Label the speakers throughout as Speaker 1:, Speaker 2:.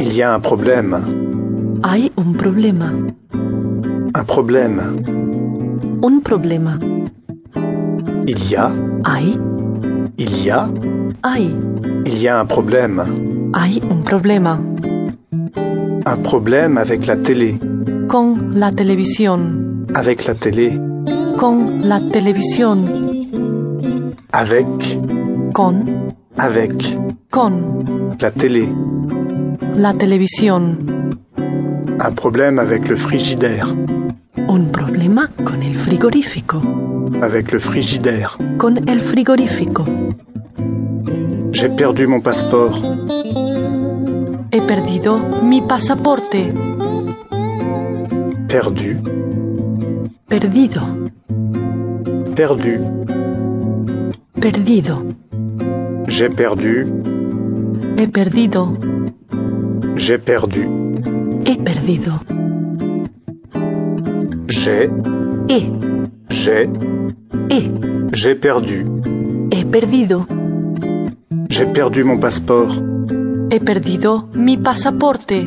Speaker 1: Il y a un problème.
Speaker 2: Hay un problema,
Speaker 1: Un problème.
Speaker 2: un problema.
Speaker 1: Il y a,
Speaker 2: Hay,
Speaker 1: il y a,
Speaker 2: hay,
Speaker 1: il y a un problème.
Speaker 2: hay un problema
Speaker 1: Un problème avec la télé.
Speaker 2: con la televisión,
Speaker 1: Avec la télé.
Speaker 2: con la televisión,
Speaker 1: Avec,
Speaker 2: con,
Speaker 1: avec
Speaker 2: con
Speaker 1: la télé.
Speaker 2: la televisión.
Speaker 1: Un problème avec le frigidaire.
Speaker 2: Un problema con el frigorífico,
Speaker 1: Avec le frigidaire.
Speaker 2: con el frigorífico.
Speaker 1: J'ai perdu mon passeport.
Speaker 2: He perdido mi pasaporte,
Speaker 1: Perdu,
Speaker 2: perdido,
Speaker 1: perdu.
Speaker 2: perdido.
Speaker 1: J'ai perdu,
Speaker 2: He perdido,
Speaker 1: j'ai perdu.
Speaker 2: he perdido.
Speaker 1: J'ai,
Speaker 2: He,
Speaker 1: j'ai,
Speaker 2: he,
Speaker 1: j'ai perdu.
Speaker 2: he perdido.
Speaker 1: J'ai perdu mon passeport.
Speaker 2: He perdido mi pasaporte,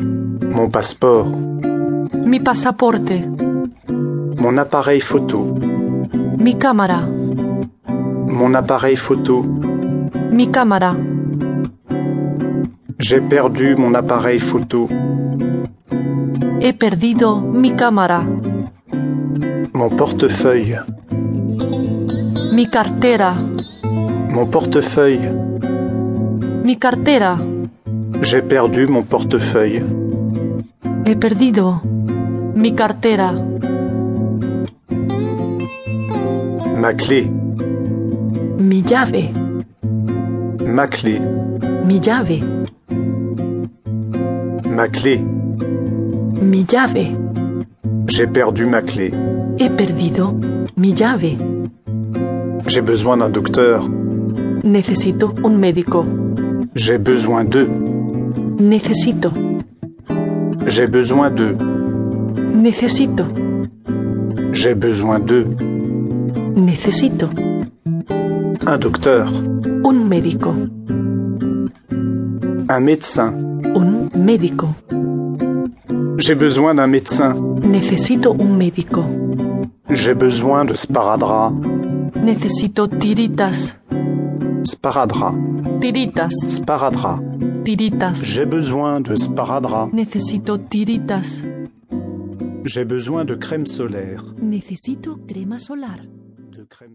Speaker 1: Mon passeport.
Speaker 2: mi pasaporte,
Speaker 1: Mon appareil photo.
Speaker 2: mi cámara,
Speaker 1: Mon appareil photo.
Speaker 2: mi cámara.
Speaker 1: J'ai perdu mon appareil photo.
Speaker 2: He perdido mi cámara,
Speaker 1: Mon portefeuille.
Speaker 2: mi cartera,
Speaker 1: Mon portefeuille.
Speaker 2: mi cartera.
Speaker 1: J'ai perdu mon portefeuille.
Speaker 2: He perdido mi cartera,
Speaker 1: Ma clé.
Speaker 2: mi llave,
Speaker 1: Ma clé.
Speaker 2: mi llave,
Speaker 1: Ma clé.
Speaker 2: mi llave.
Speaker 1: J'ai perdu ma clé.
Speaker 2: He perdido mi llave.
Speaker 1: J'ai besoin d'un docteur.
Speaker 2: Necesito un médico.
Speaker 1: J'ai besoin d'eux.
Speaker 2: Necesito,
Speaker 1: J'ai besoin d'eux.
Speaker 2: necesito,
Speaker 1: J'ai besoin d'eux.
Speaker 2: necesito
Speaker 1: Un docteur.
Speaker 2: un médico,
Speaker 1: Un médecin.
Speaker 2: un médico.
Speaker 1: J'ai besoin d'un médecin.
Speaker 2: Necesito un médico.
Speaker 1: J'ai besoin de sparadrap.
Speaker 2: Necesito tiritas,
Speaker 1: Sparadrap.
Speaker 2: tiritas,
Speaker 1: Sparadrap.
Speaker 2: tiritas.
Speaker 1: J'ai besoin de sparadrap.
Speaker 2: Necesito tiritas.
Speaker 1: J'ai besoin de crème solaire.
Speaker 2: Necesito crema solar.
Speaker 1: De crème solaire.